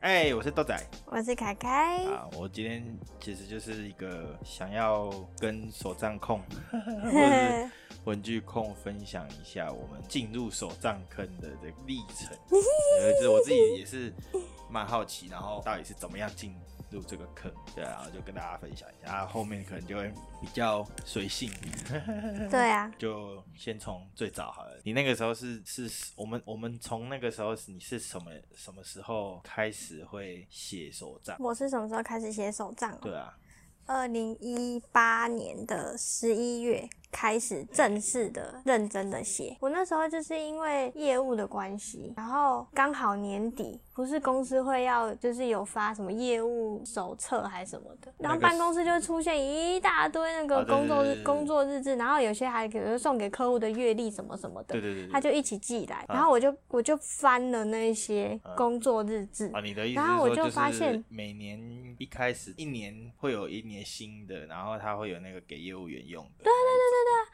哎、我是豆仔我是凯凯，啊！我今天其实就是一个想要跟手账控或者是文具控分享一下我们进入手账坑的这个历程，呃，就是我自己也是蛮好奇，然后到底是怎么样进入这个坑，对啊，然后就跟大家分享一下，啊，后面可能就会比较随性，对啊，就先从最早好了。你那个时候是是，我们我们从那个时候是你是什么什么时候开始会写手账？我是什么时候开始写手账、哦对啊，二零一八年的十一月开始正式的、认真的写。我那时候就是因为业务的关系，然后刚好年底，不是公司会要就是有发什么业务手册还是什么的，那个然后办公室就会出现一大堆那啊个对工作对对日、对工作日志，然后有些还给人送给客户的阅历什么什么的对。啊对对对，他就一起寄来，然后我就我就翻了那些工作日志，啊，你的意思然是后我说就发是现每年一开始一年会有一年新的，然后他会有那个给业务员用的那一种。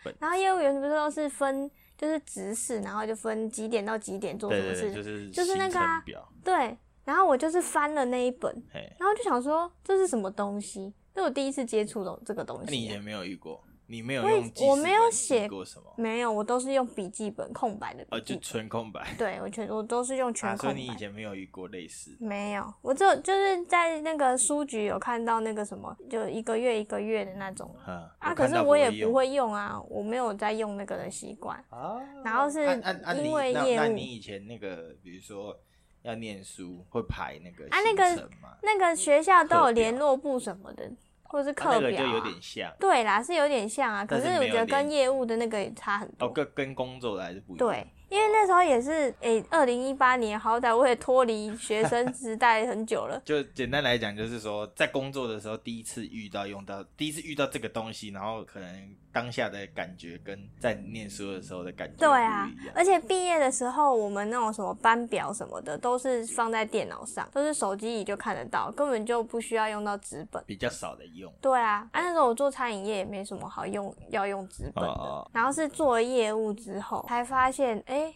对对对对对然后业务员不是都是分就是指使，然后就分几点到几点做什么对事对，情，就是就是那个啊行程表，对。然后我就是翻了那一本，嘿，然后就想说这是什么东西？这是我第一次接触的这个东那你以西啊、前没有遇过，你没有我以用记我事没有本记写嗯过什么，没有，我都是用笔记本空白的呃，笔记就本。纯空 白，对，我全我都是用全啊，嗯空所以白。你以前没有遇过类似的，没有，我只有就是在那个书局有看到那个什么，就一个月一个月的那种嗯，我啊。可看是到我也用不会用啊，我没有在用那个的习惯。啊，然后是啊啊啊你因为那业那务你以前那个，比如说要念书，会排那个啊那个行程吗那个学校都课有表联络部什么的，或是啊课那个表、就啊有点像对啦，是有点像啊，但可是是我没有觉得跟联业务的那个也差很多。哦，跟跟工作的还是不一样。对，因为那时候也是诶，二零一八年好歹我也脱离学生时代很久 了。就简单来讲，就是说，在工作的时候，第一次遇到用到，第一次遇到这个东西，然后可能当下的感觉跟在念书的时候的感觉对啊不一，样而且毕业的时候，我们那种什么班表什么的，都是放在电脑上，都是手机里就看得到，根本就不需要用到纸本。比较少的用。对啊，啊那时候我做餐饮业也没什么好用要用纸本的，哦哦然后是做了业务之后才发现，哎、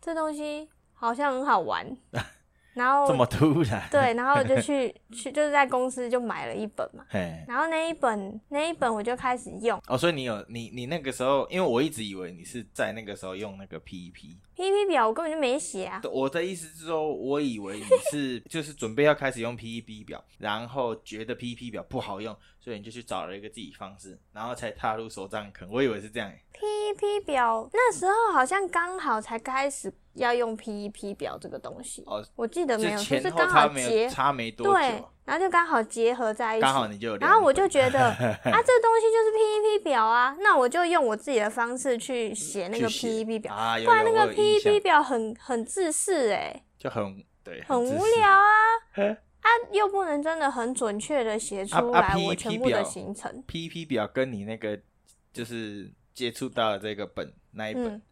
这东西好像很 好玩，然后这么突然？哦对，然后我就去 去就是在公司就买了一本嘛， 嘿，然后那一本那一本我就开始用哦，所以你有你你那个时候，因为我一直以为你是在那个时候用那个 E PEP， PPT 表，我根本就没写啊，我的意思是说，我以为你是 就是准备要开始用 PEP 表，然后觉得 PEP 表不好用，所以你就去找了一个自己方式，然后才踏入手账坑。我以为是这样欸， PEP 表那时候好像刚好才开始要用 PEP 表这个东西，哦我记得没就有，就是前后刚差好没有结差没多对久，，然后就刚好结合在一起刚，好你就有两本，然后我就觉得 啊，这东西就是 PEP 表啊，那我就用我自己的方式去写那个去写 PEP 表，啊，有不然有那我个 E 有印象 PEP 表很很自私哎、就很对，很自无私 聊。啊。啊，又不能真的很准确的写出啊啊来我 PEP 全部的表行程。 PP E 表跟你那个就是接触到的这个本那一本嗯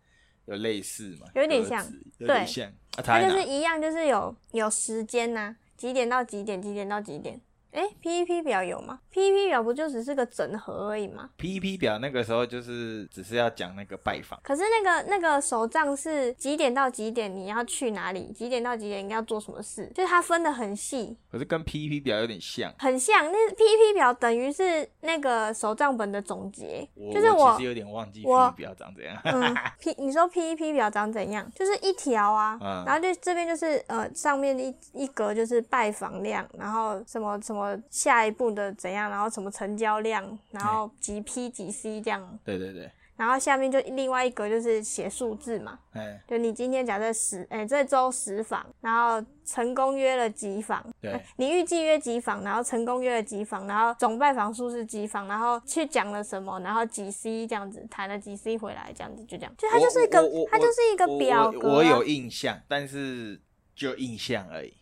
有类似吗？有点格像子，有点对像。啊，它它就是一样，就是有有时间呐、几点到几点，几点到几点。哎，PEP 表有吗？PEP 表不就只是个整合而已吗？ PP E 表那个时候就是只是要讲那个拜访。可是那个那个手账是几点到几点你要去哪里，几点到几点你要做什么事，就是它分的很细，可是跟 E PP 表有点像，很像。那 PEP 表等于是那个手账本的总结，我就是我我其实有点忘记 E 我 PP 表长怎样。 嗯 P，你说 PEP 表长怎样？就是一条啊，嗯然后就这边就是呃上面一一格就是拜访量，然后什么什么下一步的怎样，然后什么成交量，然后几 P 几 C 这样，对对对，然后下面就另外一格就是写数字嘛，哎就你今天假设十，哎、这周十访，然后成功约了几访，对哎你预计约几访，然后成功约了几访，然后总拜访数是几访，然后去讲了什么，然后几 C 这样子，谈了几 C 回来这样子，就这样，就它我就是一个我我，它就是一个我表格啊、我我有印象，但是就印象而已。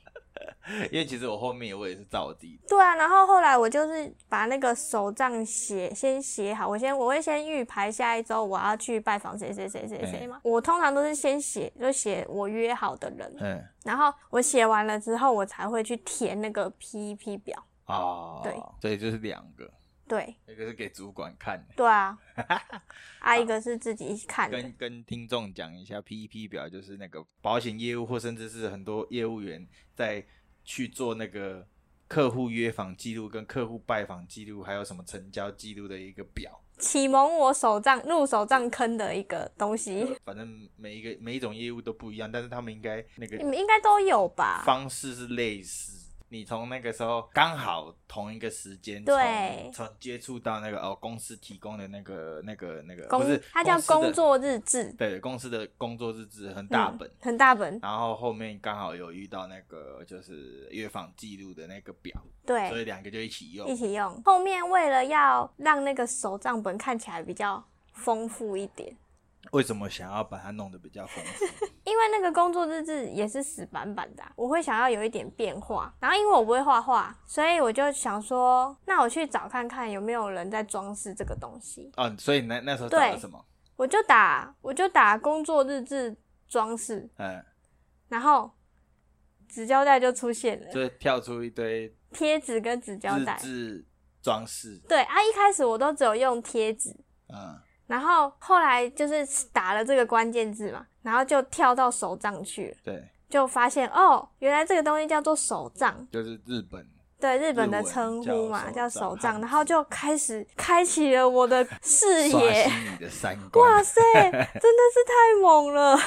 因为其实我后面我也是照我自己的，对啊，然后后来我就是把那个手账写先写好，我先我会先预排下一周我要去拜访谁谁谁谁谁嗯嘛。我通常都是先写，就写我约好的人，嗯然后我写完了之后，我才会去填那个 PEP 表。哦，对，所以就是两个，对一个是给主管看的，对啊，啊一个是自己看的跟，跟听众讲一下，PEP 表就是那个保险业务或甚至是很多业务员在去做那个客户约访记录、跟客户拜访记录，还有什么成交记录的一个表。启蒙我手账入手账坑的一个东西，反正每一个每一种业务都不一样，但是他们应该那你个们应该都有吧？方式是类似。你从那个时候刚好同一个时间，对从从接触到那个哦公司提供的那个那个那个，工不是它叫公司的工作日志，对公司的工作日志很大本，啊嗯很大本，然后后面刚好有遇到那个就是约访记录的那个表，所对，以两个就一起一用。起用。后面为了要让那个手账本看起来比较丰富一点，为什么想要把它弄得比较丰富？ 因为那个工作日志也是死板板的啊、我会想要有一点变化。然后因为我不会画画，所以我就想说，那我去找看看有没有人在装饰这个东西。哦，所以那那时候找了什么？我就打，我就打工作日志装饰，嗯，然后纸胶带就出现了，就是跳出一堆贴纸跟纸胶日带。志装饰，对啊，一开始我都只有用贴纸，嗯，然后后来就是打了这个关键字嘛，然后就跳到手账去了，对，就发现哦，原来这个东西叫做手账，就是日本。对日本的日文称呼嘛，叫叫手手账账，然后就开始开启了我的视刷野，新你的三 哇观， 塞，真的是太猛了！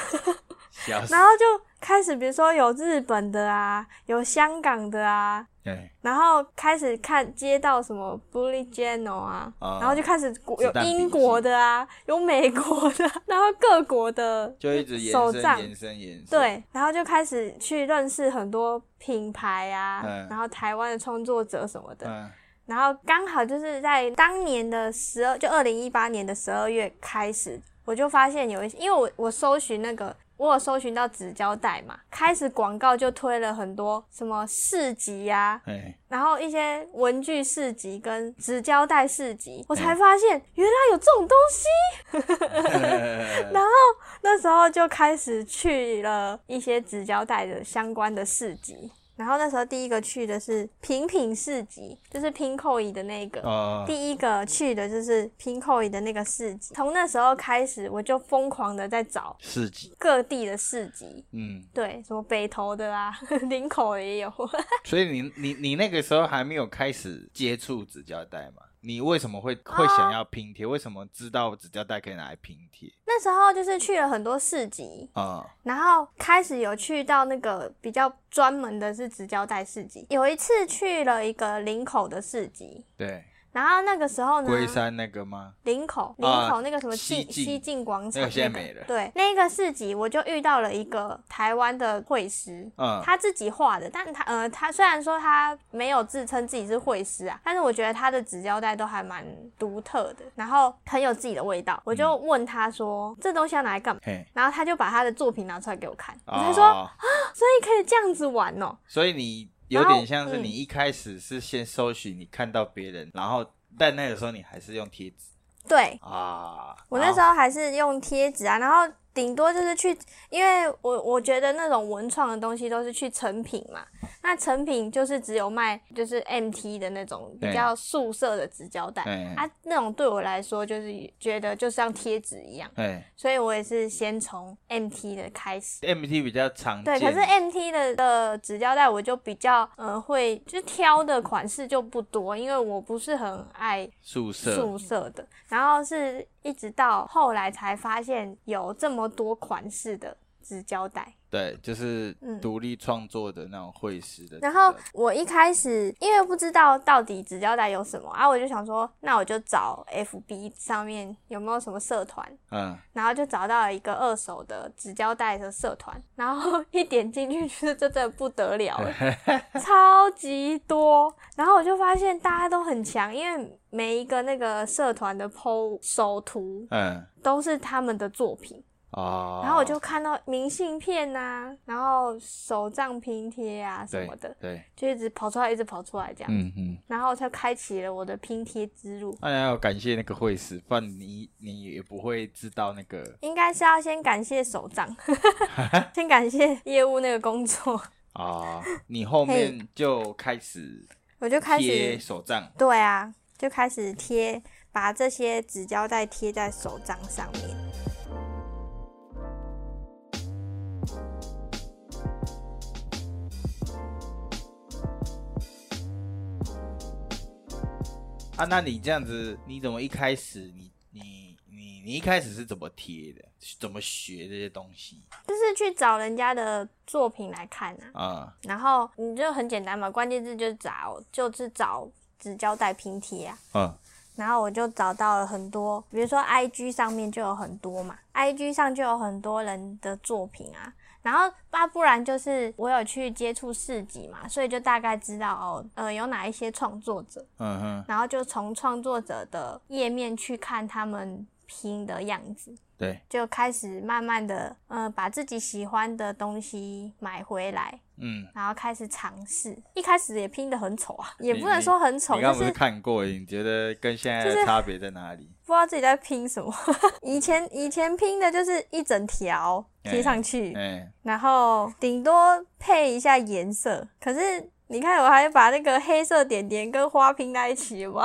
笑死然！后就开始，比如说有日本的啊，有香港的啊，对，然后开始看接到什么 Bully Journal 啊，啊然后就开始国有子弹笔记英国的啊，有美国的，啊然后各国的就一直延手伸、账，延伸、延伸。，对，然后就开始去认识很多品牌啊，嗯然后台湾的创作者什么的，嗯，然后刚好就是在当年的十二，就二零一八年的十二月开始，我就发现有一些，因为我我搜寻那个，我有搜寻到纸胶带嘛，开始广告就推了很多什么市集呀、 哎，然后一些文具市集跟纸胶带市集，我才发现原来有这种东西。那时候就开始去了一些纸胶带的相关的市集。然后那时候第一个去的是品品市集，就是拼扣椅的那个。哦，第一个去的就是拼扣椅的那个市集，从那时候开始，我就疯狂的在找四级，各地的市集，嗯，对，什么北投的啊， 林口的也有。 所以你你你那个时候还没有开始接触纸胶带嘛？你为什么会会哦想要拼贴？为什么知道纸胶带可以拿来拼贴那时候就是去了很多市集，啊？然后开始有去到那个比较专门的是纸胶带市集，有一次去了一个林口的市集，对，然后那个时候呢，龟山那个吗？林口，林啊口那个什么西进进西进广场、那个现在没了对，那个市集我就遇到了一个台湾的绘师，嗯他自己画的，但他呃，他虽然说他没有自称自己是绘师啊，但是我觉得他的纸胶带都还蛮独特的，然后很有自己的味道。我就嗯问他说，这东西要拿来干嘛？嘿，然后他就把他的作品拿出来给我看，我才哦说，啊所以可以这样子玩哦。所以你有点像是你嗯一开始是先搜寻，你看到别人，然后但那个时候你还是用贴纸对，啊。我那时候候还是用贴纸啊，然后顶多就是去，因为我我觉得那种文创的东西都是去成品嘛，那成品就是只有卖就是 MT 的那种对比较素色的纸胶带对啊，那种对我来说就是觉得就像贴纸一样，哎所以我也是先从 MT 的开始。 ，MT 比较常对，见，可是哎 MT 的的纸胶带我就比较呃会，就是挑的款式就不多，因为我不是很爱宿舍素色的，然后是一直到后来才发现有这么多款式的纸胶带。对，就是嗯独立创作的那种绘师的纸胶带。然后我一开始因为不知道到底纸胶带有什么啊，我就想说，那我就找 FB 上面有没有什么社团。嗯，然后就找到了一个二手的纸胶带的社团，然后 一点进去就是真的不得了了，超级多。然后我就发现大家都很强，因为每一个那个社团的 PO 首图嗯都是他们的作品，哦，然后我就看到明信片呐、然后手账拼贴啊什对么的，对，就一直跑出来，一直跑出来这样，嗯嗯。然后才开启了我的拼贴之路。那、要感谢那个会师，不然你你也不会知道那个应该是要先感谢手 账，先感谢业务那个工作， 啊、你后面就开始我就开贴始，手账，对啊，就开始贴，把这些纸胶带贴在手账上面。啊，那你这样子，你怎么一开始你你你你一开始是怎么贴的？怎么学这些东西就是去找人家的作品来看啊。啊？然后你就很简单嘛，关键字就是找，就是找纸胶带拼贴啊。嗯然后我就找到了很多，比如说 I G 上面就有很多嘛，I G 上就有很多人的作品啊。然后啊，不然就是我有去接触市集嘛，所以就大概知道哦，呃，有哪一些创作者，嗯哼，然后就从创作者的页面去看他们拼的样子，对，就开始慢慢的，呃，把自己喜欢的东西买回来，嗯，然后开始尝试。一开始也拼的很丑啊，也你不能说很丑，你就刚刚是不是看过？你觉得跟现在的差别在哪 里？不知道自己在拼什么。 以前以前拼的就是一整条贴上去，哎，然后顶多配一下颜色。可是你看，我还把那个黑色点点跟花拼在一起吧。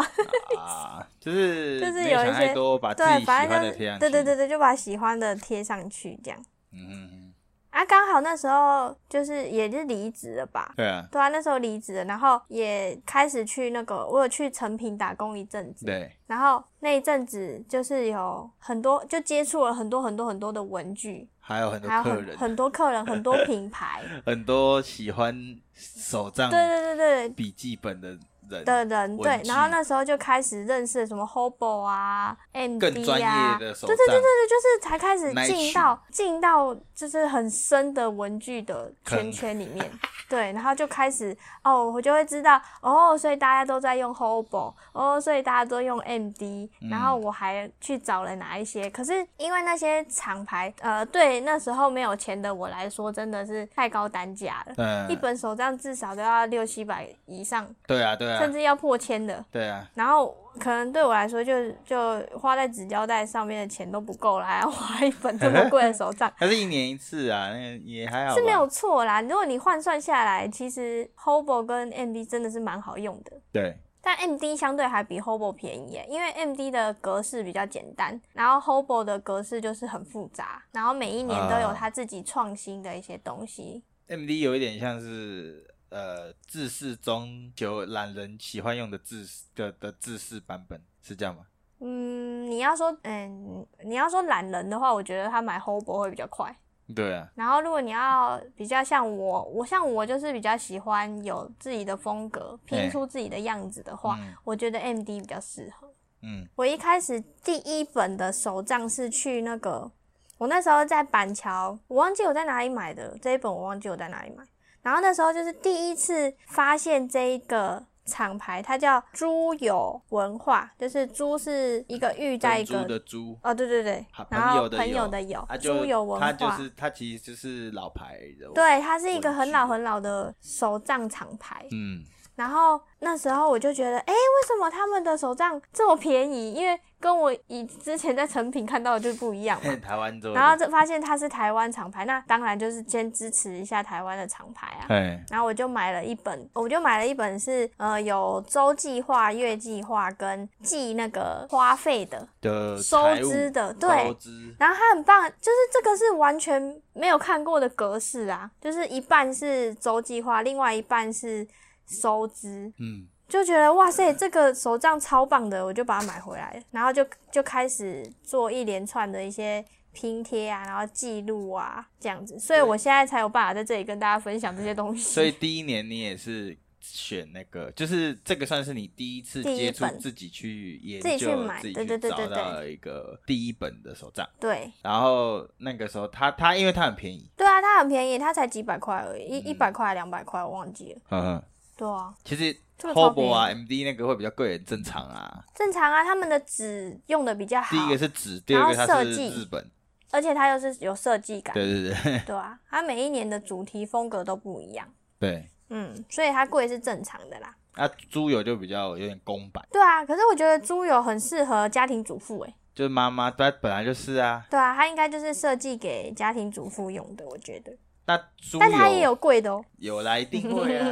啊，就是就是没有一想太些多，把自己 对，喜反欢正的就贴上是去。对对对，对，就把喜欢的贴上去这样。嗯哼哼，啊，刚好那时候就是也是离职了吧。对啊，对啊，那时候离职了，然后也开始去那个，我有去成品打工一阵子，对，然后那一阵子就是有很多，就接触了很多很多很多的文具，还有很多还有客很人，很多客人，很多品牌，很多喜欢手账对对对对笔记本的人，的人，文对。具然后那时候就开始认识什么 Hobo 啊、更 MD 专啊，业对的手对账，对对对，就是才开始 Nike 进到进到就是很深的文具的圈坑圈里 面。对，然后就开始哦，我就会知道哦，所以大家都在用 Hobo，哦，所以大家都用 MD，嗯然后我还去找了哪一些，可是因为那些厂牌，呃，对那时候没有钱的我来说，真的是太高单价了，嗯一本手账至少都要六七百以上，对啊对啊甚至要破千的。对啊，，然后可能对我来说就，就花在纸胶带上面的钱都不够了，还要花一本这么贵的手账 它是一年一次啊，那个也还好吧，是没有错啦。如果你换算下来，其实 Hobo 跟 MD 真的是蛮好用的，对，但 MD 相对还比 Hobo 便宜耶，因为 MD 的格式比较简单，然后 Hobo 的格式就是很复杂，然后每一年都有啊他自己创新的一些东西。 M D 有一点像是呃自式中求懒人喜欢用的自式的的自式版本，是这样吗？嗯，你要说，嗯，你要说懒人的话，我觉得他买 Hobo 会比较快。对啊，然后，如果你要比较像我，我像我就是比较喜欢有自己的风格，拼哎出自己的样子的话，嗯我觉得 M D 比较适合。嗯我一开始第一本的手账是去那个，我那时候在板桥，我忘记我在哪里买的这一本，我忘记我在哪里买。然后那时候就是第一次发现这一个厂牌，它叫猪友文化，就是猪是一个玉在一珍个珠的猪。哦，对对对好，然后的朋友的友友，，它猪友就文它化，就是它其实就是老牌的，，对，它是一个文很具老很老的手账厂牌。嗯， 然后那时候我就觉得，哎、为什么他们的手账这么便宜？因为跟我以之前在成品看到的就不一样嘛。台湾做的，然后这发现它是台湾厂牌，那当然就是先支持一下台湾的厂牌啊。哎，然后我就买了一本，我就买了一本是呃有周计划、月计划跟记那个花费的，的收财务支的对收支，然后它很棒，就是这个是完全没有看过的格式啊，就是一半是周计划，另外一半是收支，嗯，就觉得哇塞，这个手账超棒的，我就把它买回来了，然后就就开始做一连串的一些拼贴啊，然后记录啊这样子，所以我现在才有办法在这里跟大家分享这些东西。所以第一年你也是选那个，就是这个算是你第一次第一接触本自己去研自己去究、买自己对去对对找对对到一个第一本的手账。对然后那个时候它它因为它很便宜，对啊，它很便宜，它才几百块而已，一一百块两百块我忘记了。嗯哼，对啊，其实这个超便 Hobo 宜啊、MD 那个会比较贵，很正常啊。正常啊，他们的纸用的比较好第，一个是纸，第然二后个它是设计日本，而且它又是有设计感，对对对 对啊，它每一年的主题风格都不一样，对。嗯，所以它贵是正常的啦。啊，猪油就比较有点公版，对啊，可是我觉得猪油很适合家庭主妇诶、欸就是妈妈它本来就是啊。对啊，它应该就是设计给家庭主妇用的，我觉得。那猪油但它也有贵的哦、有来定位 啊，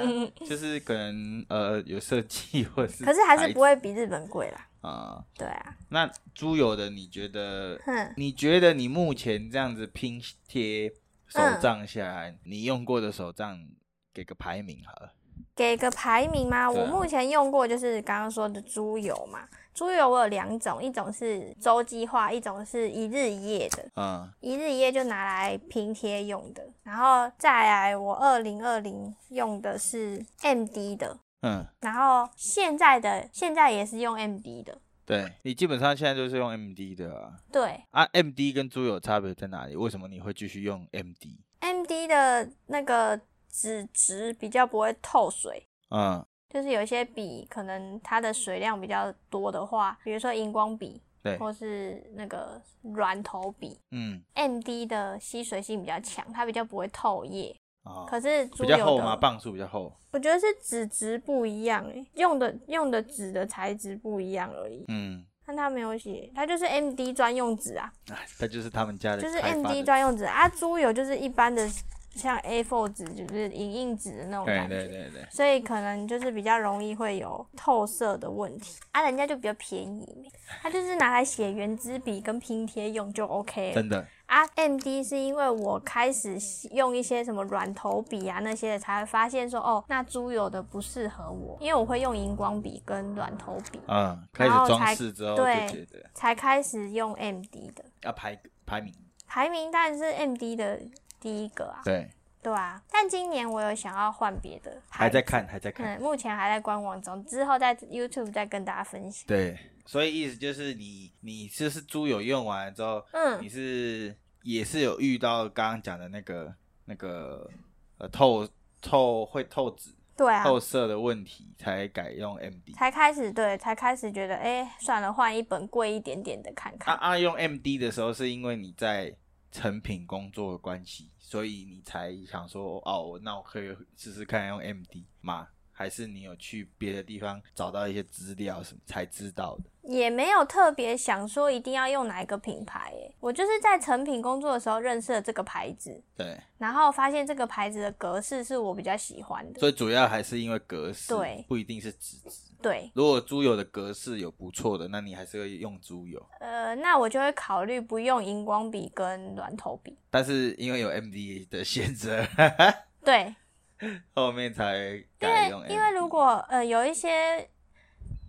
就是可能呃有设计或是材质，可是还是不会比日本贵啦。啊、对啊，那猪油的，你觉得？哼，你觉得你目前这样子拼贴手账下来，你用过的手账给个排名好了。给个排名吗？对啊我目前用过就是刚刚说的猪油嘛，猪油我有两种，一种是周计划，一种是一日一夜的。嗯，一日一夜就拿来拼贴用的，然后再来我二零二零用的是 MD 的，嗯，然后现在的现在也是用 MD 的，对你基本上现在就是用 MD 的啊。对啊，MD 跟猪油差别在哪里？为什么你会继续用 MD？ ，MD 的那个纸质比较不会透水，嗯，就是有一些笔可能它的水量比较多的话，比如说荧光笔对，或是那个软头笔嗯， ，MD 的吸水性比较强，它比较不会透液。哦，可是猪比油较厚吗？的，磅数比较厚。我觉得是纸质不一样、欸，用的用的纸的材质不一样而已。嗯，但它没有写，它就是 MD 专用纸啊，哎，它就是他们家的就是开发的 MD 专用纸啊。猪油就是一般的像 A4 纸，就是影印纸的那种对感觉。对对对，所以可能就是比较容易会有透色的问题啊，人家就比较便宜，它就是拿来写圆珠笔跟拼贴用就 OK 了真的，啊。M D 是因为我开始用一些什么软头笔啊那些的，才会发现说哦，那猪油的不适合我，因为我会用荧光笔跟软头笔，嗯，开始然后装才饰之后就对觉得才开始用 M D 的要排排名，排名，当然是 M D 的第一个啊，对，对啊。但今年我有想要换别的牌还子，在看，还在看，嗯，目前还在观望中，之后在 YouTube 再跟大家分享。对，所以意思就是你你就是猪油用完之后，嗯你，是也是有遇到刚刚讲的那个那个呃透透会透紫对啊，透色的问题，才改用 MD。才开始对，才开始觉得，哎、算了，换一本贵一点点的看啊看。啊，用 MD 的时候是因为你在成品工作的关系，所以你才想说哦，那我可以试试看用 MD 吗？还是你有去别的地方找到一些资料什么才知道的？也没有特别想说一定要用哪一个品牌、哎，我就是在成品工作的时候认识了这个牌子，对，然后发现这个牌子的格式是我比较喜欢的。所以主要还是因为格式，对不一定是纸质。对，如果猪油的格式有不错的，那你还是会用猪油。呃，那我就会考虑不用荧光笔跟软头笔。但是因为有 MD 的限制， 对，后面才因改为用 MD。因为如果呃有一些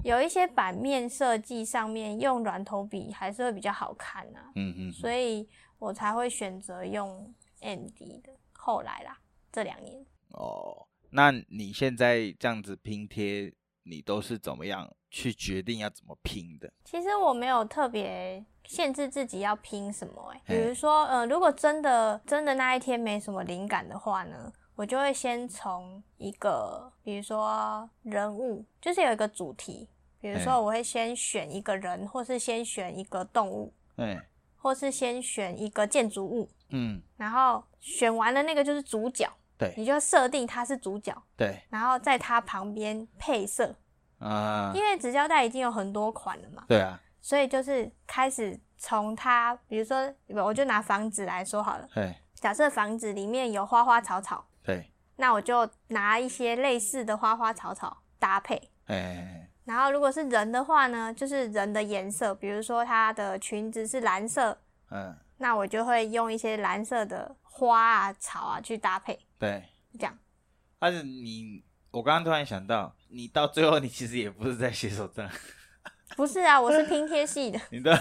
有一些版面设计上面用软头笔还是会比较好看啊。嗯嗯，所以我才会选择用 MD 的。后来啦，这两年哦，那你现在这样子拼贴，你都是怎么样去决定要怎么拼的？其实我没有特别限制自己要拼什么、欸，嘿比如说，呃，如果真的真的那一天没什么灵感的话呢，我就会先从一个，比如说人物，就是有一个主题，比如嘿说我会先选一个人，或是先选一个动物，哎，或是先选一个建筑物，嗯，然后选完了那个就是主角，对你就设定他是主角，对然后在它旁边配色，啊、因为纸胶带已经有很多款了嘛，对啊，所以就是开始从它，比如说，我就拿房子来说好了，对假设房子里面有花花草草，对，那我就拿一些类似的花花草草搭配。哎，然后如果是人的话呢，就是人的颜色，比如说它的裙子是蓝色，嗯，那我就会用一些蓝色的花啊、草啊去搭配，对。这样。但是你，我刚刚突然想到，你到最后你其实也不是在写手账，不是啊，我是拼贴系 的。你的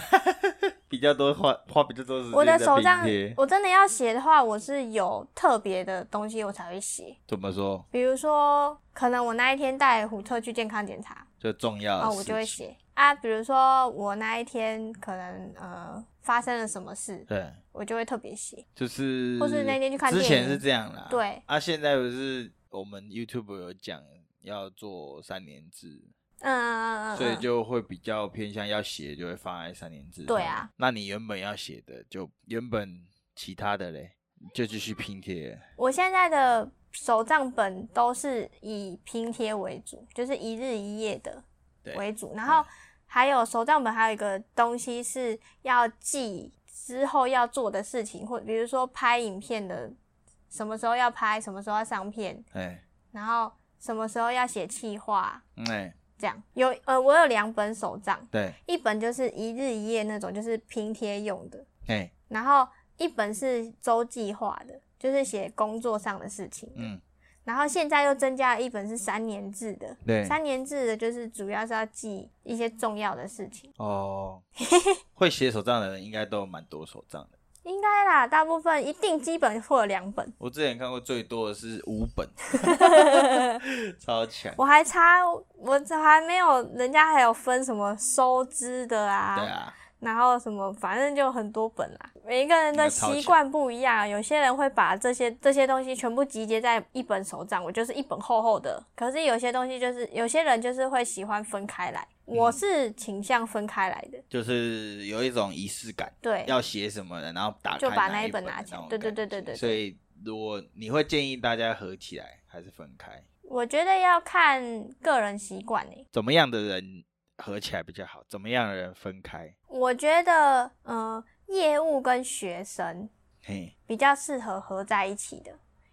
比较多花花比较多时间我的在手拼账贴，我真的要写的话，我是有特别的东西我才会写，怎么说比如说，可能我那一天带虎特去健康检查，就重要的哦，我事就会情写啊。比如说我那一天可能呃发生了什么事，对，我就会特别写。就是或是那天去看之电前影是这样啦，对啊，现在不是我们 YouTube 有讲要做三年制，嗯嗯嗯嗯，所以嗯就会比较偏向要写就会放在三年制，对啊，那你原本要写的就原本其他的嘞，就继续拼贴了，嗯我现在的手账本都是以拼贴为主，就是一日一夜的对嗯为主，然后还有手账本还有一个东西是要记之后要做的事情，或比如说拍影片的什么时候要拍，什么时候要上片，哎，然后什么时候要写企划，嗯哎，这样有呃，我有两本手账，对，一本就是一日一夜那种，就是拼贴用的，哎，然后一本是周计划的，就是写工作上的事情，嗯，然后现在又增加了一本是三年制的，对三年制的就是主要是要记一些重要的事情， 哦，会写手账的人应该都有蛮多手账的。应该啦，大部分一定基本会有两本。我之前看过最多的是五 本，超强。我还差，我这还没有，人家还有分什么收支的啊，对啊，然后什么，反正就很多本啦。每一个人的那超强习惯不一样，有些人会把这些这些东西全部集结在一本手掌，我就是一本厚厚的。可是有些东西就是有些人就是会喜欢分开来，我是倾向分开来的，就是有一种仪式感，对，要写什么的，然后打开就把那一一本的拿那起来种对对感对觉对对对所以如果你会建议大家合起来还是分开？我觉得要看个人习惯欸诶、怎么样的人合起来比较好？怎么样的人分开？我觉得，嗯、业务跟学生嘿比较适合合在一起的，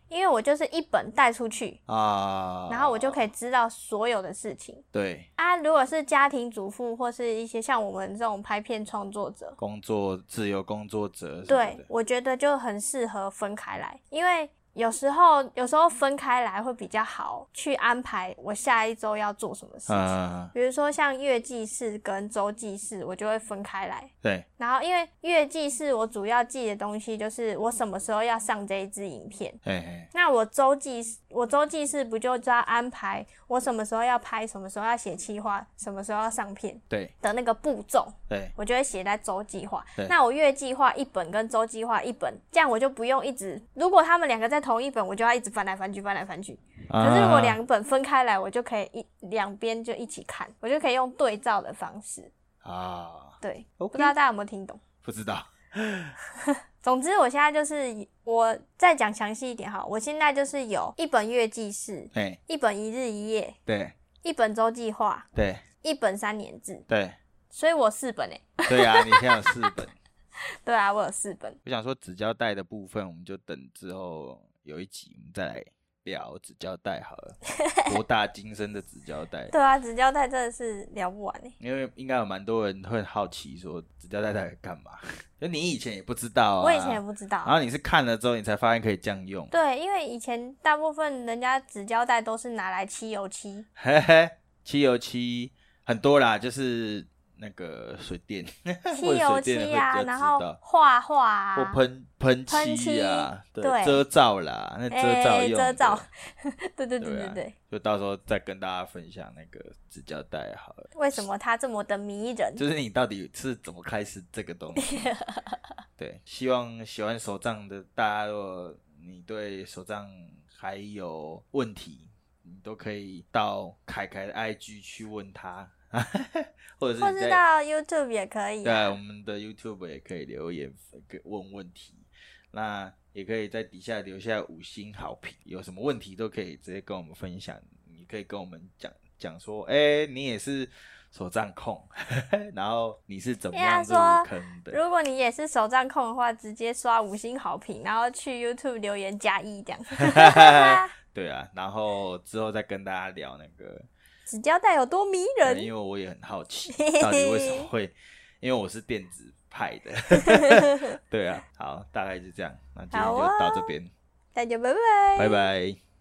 因为我就是一本带出去，啊，然后我就可以以知道所有的事情。对啊，如果是家庭主妇或是一些像我们这种拍片创作者，工作自由工作者什么对的，我觉得就很适合分开来，因为有时候有时候分开来会比较好去安排我下一周要做什么事情。嗯，比如说像月记事跟周记事，我就会分开来。对然后因为月记事我主要记的东西就是我什么时候要上这一支影片，嘿嘿那我周记我周记事不就知道安排我什么时候要拍，什么时候要写企划，什么时候要上片对的那个步骤，对我就会写在周计划对。那我月计划一本跟周计划一本，这样我就不用一直，如果他们两个在同一本，我就要一直翻来翻去，翻来翻去。可是如果啊两本分开来，我就可以一两边就一起看，我就可以用对照的方式。啊对 o 不知道大家有没有听懂？不知道总之，我现在就是我再讲详细一点哈，我现在就是有一本月记事，哎一本一日一夜，对一本周计划，对一本三年制，对所以我四本诶、对啊，你现在有四本。对啊，我有四本。我想说纸胶带的部分，我们就等之后有一集我们再来聊纸胶带好了，博大精深的纸胶带。对啊，纸胶带真的是聊不完诶、欸因为应该有蛮多人会好奇说纸胶带到底干嘛，就你以前也不知道、啊，我以前也不知道然。后你是看了之后你才发现可以这样用，对，因为以前大部分人家纸胶带都是拿来漆油漆，嘿嘿，漆油漆很多啦，就是那个水电，漆油漆啊，或者水电的会比较然知后道画画啊，或喷喷喷漆啊，漆对，对遮罩啦，那遮罩哎用的、遮 罩对对对对对啊对，就到时候再跟大家分享那个纸胶带好了，为什么它这么的迷人？就是你到底是怎么开始这个东 西？对，希望喜欢手账的大家，如果你对手账还有问题，你都可以到凯凯的 IG 去问他， 或者是或你在是到 YouTube 也可以、对我啊。们的 YouTube 也可以留言给问问题，那也可以在底下留下五星好评，有什么问题都可以直接跟我们分享，你可以跟我们讲讲说，哎、你也是手账控， 然后你是怎么样入应该说坑的？如果你也是手账控的话，直接刷五星好评，然后去 YouTube 留言加一 这样。 对啊，然后之后再跟大家聊那个，纸胶带有多迷呃因人？为我也很好奇，到底为什么会，因为我是电子派的，对啊，好，大概就这样，那今天好就哦到这边，大家拜拜。拜拜。